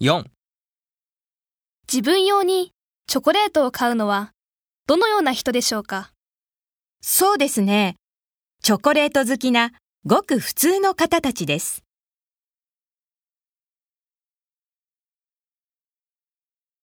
4、自分用にチョコレートを買うのはどのような人でしょうかそうですね。チョコレート好きなごく普通の方たちです。